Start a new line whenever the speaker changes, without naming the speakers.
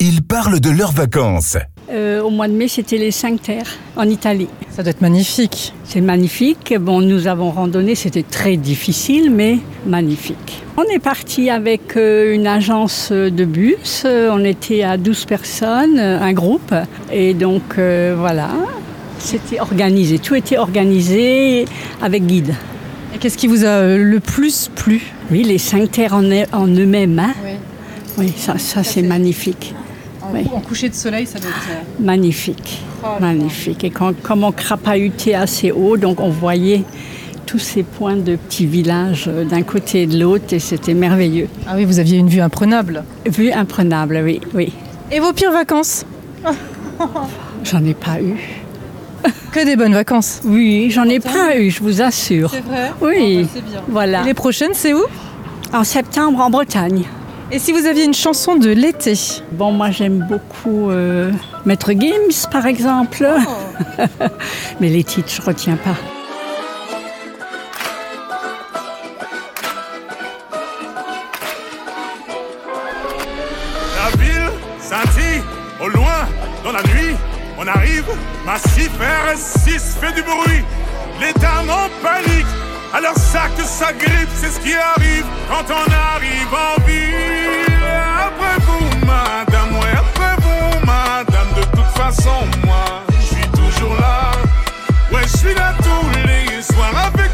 Ils parlent de leurs vacances.
Euh, au mois de mai, c'était les Cinq Terres en Italie.
Ça doit être magnifique.
C'est magnifique. Bon, nous avons randonné, c'était très difficile, mais magnifique. On est parti avec euh, une agence de bus. On était à 12 personnes, euh, un groupe. Et donc, euh, voilà, c'était organisé. Tout était organisé avec guide.
Et qu'est-ce qui vous a euh, le plus plu
Oui, les Cinq Terres en, e- en eux-mêmes. hein.
Oui.
Oui, ça, ça c'est
fait.
magnifique.
En,
Oui.
en coucher de soleil, ça doit être. euh,
Magnifique.
Oh,
Magnifique. Et quand, comme on crapahutait assez haut, donc on voyait tous ces points de petits villages euh, d'un côté et de l'autre, et c'était merveilleux.
Ah oui, vous aviez une vue imprenable.
Vue imprenable, oui, oui.
Et vos pires vacances
J'en ai pas eu.
Que des bonnes vacances.
Oui, j'en ai pas eu, je vous assure.
vrai Ah, bah,
Oui.
c'est bien.
Voilà.
Et les prochaines, c'est où
En septembre, en Bretagne.
Et si vous aviez une chanson de l'été
Bon, moi, j'aime beaucoup euh, Maître Gims, par exemple.
Oh.
Mais les titres, je retiens pas.
La ville scintille au loin dans la nuit. On arrive, massif RS6 fait du bruit. Les dames en panique, alors ça que ça grippe, c'est ce qui arrive quand on arrive en ville. Après vous, madame, ouais, après vous, madame, de toute façon, moi, je suis toujours là. Ouais, je suis là tous les soirs avec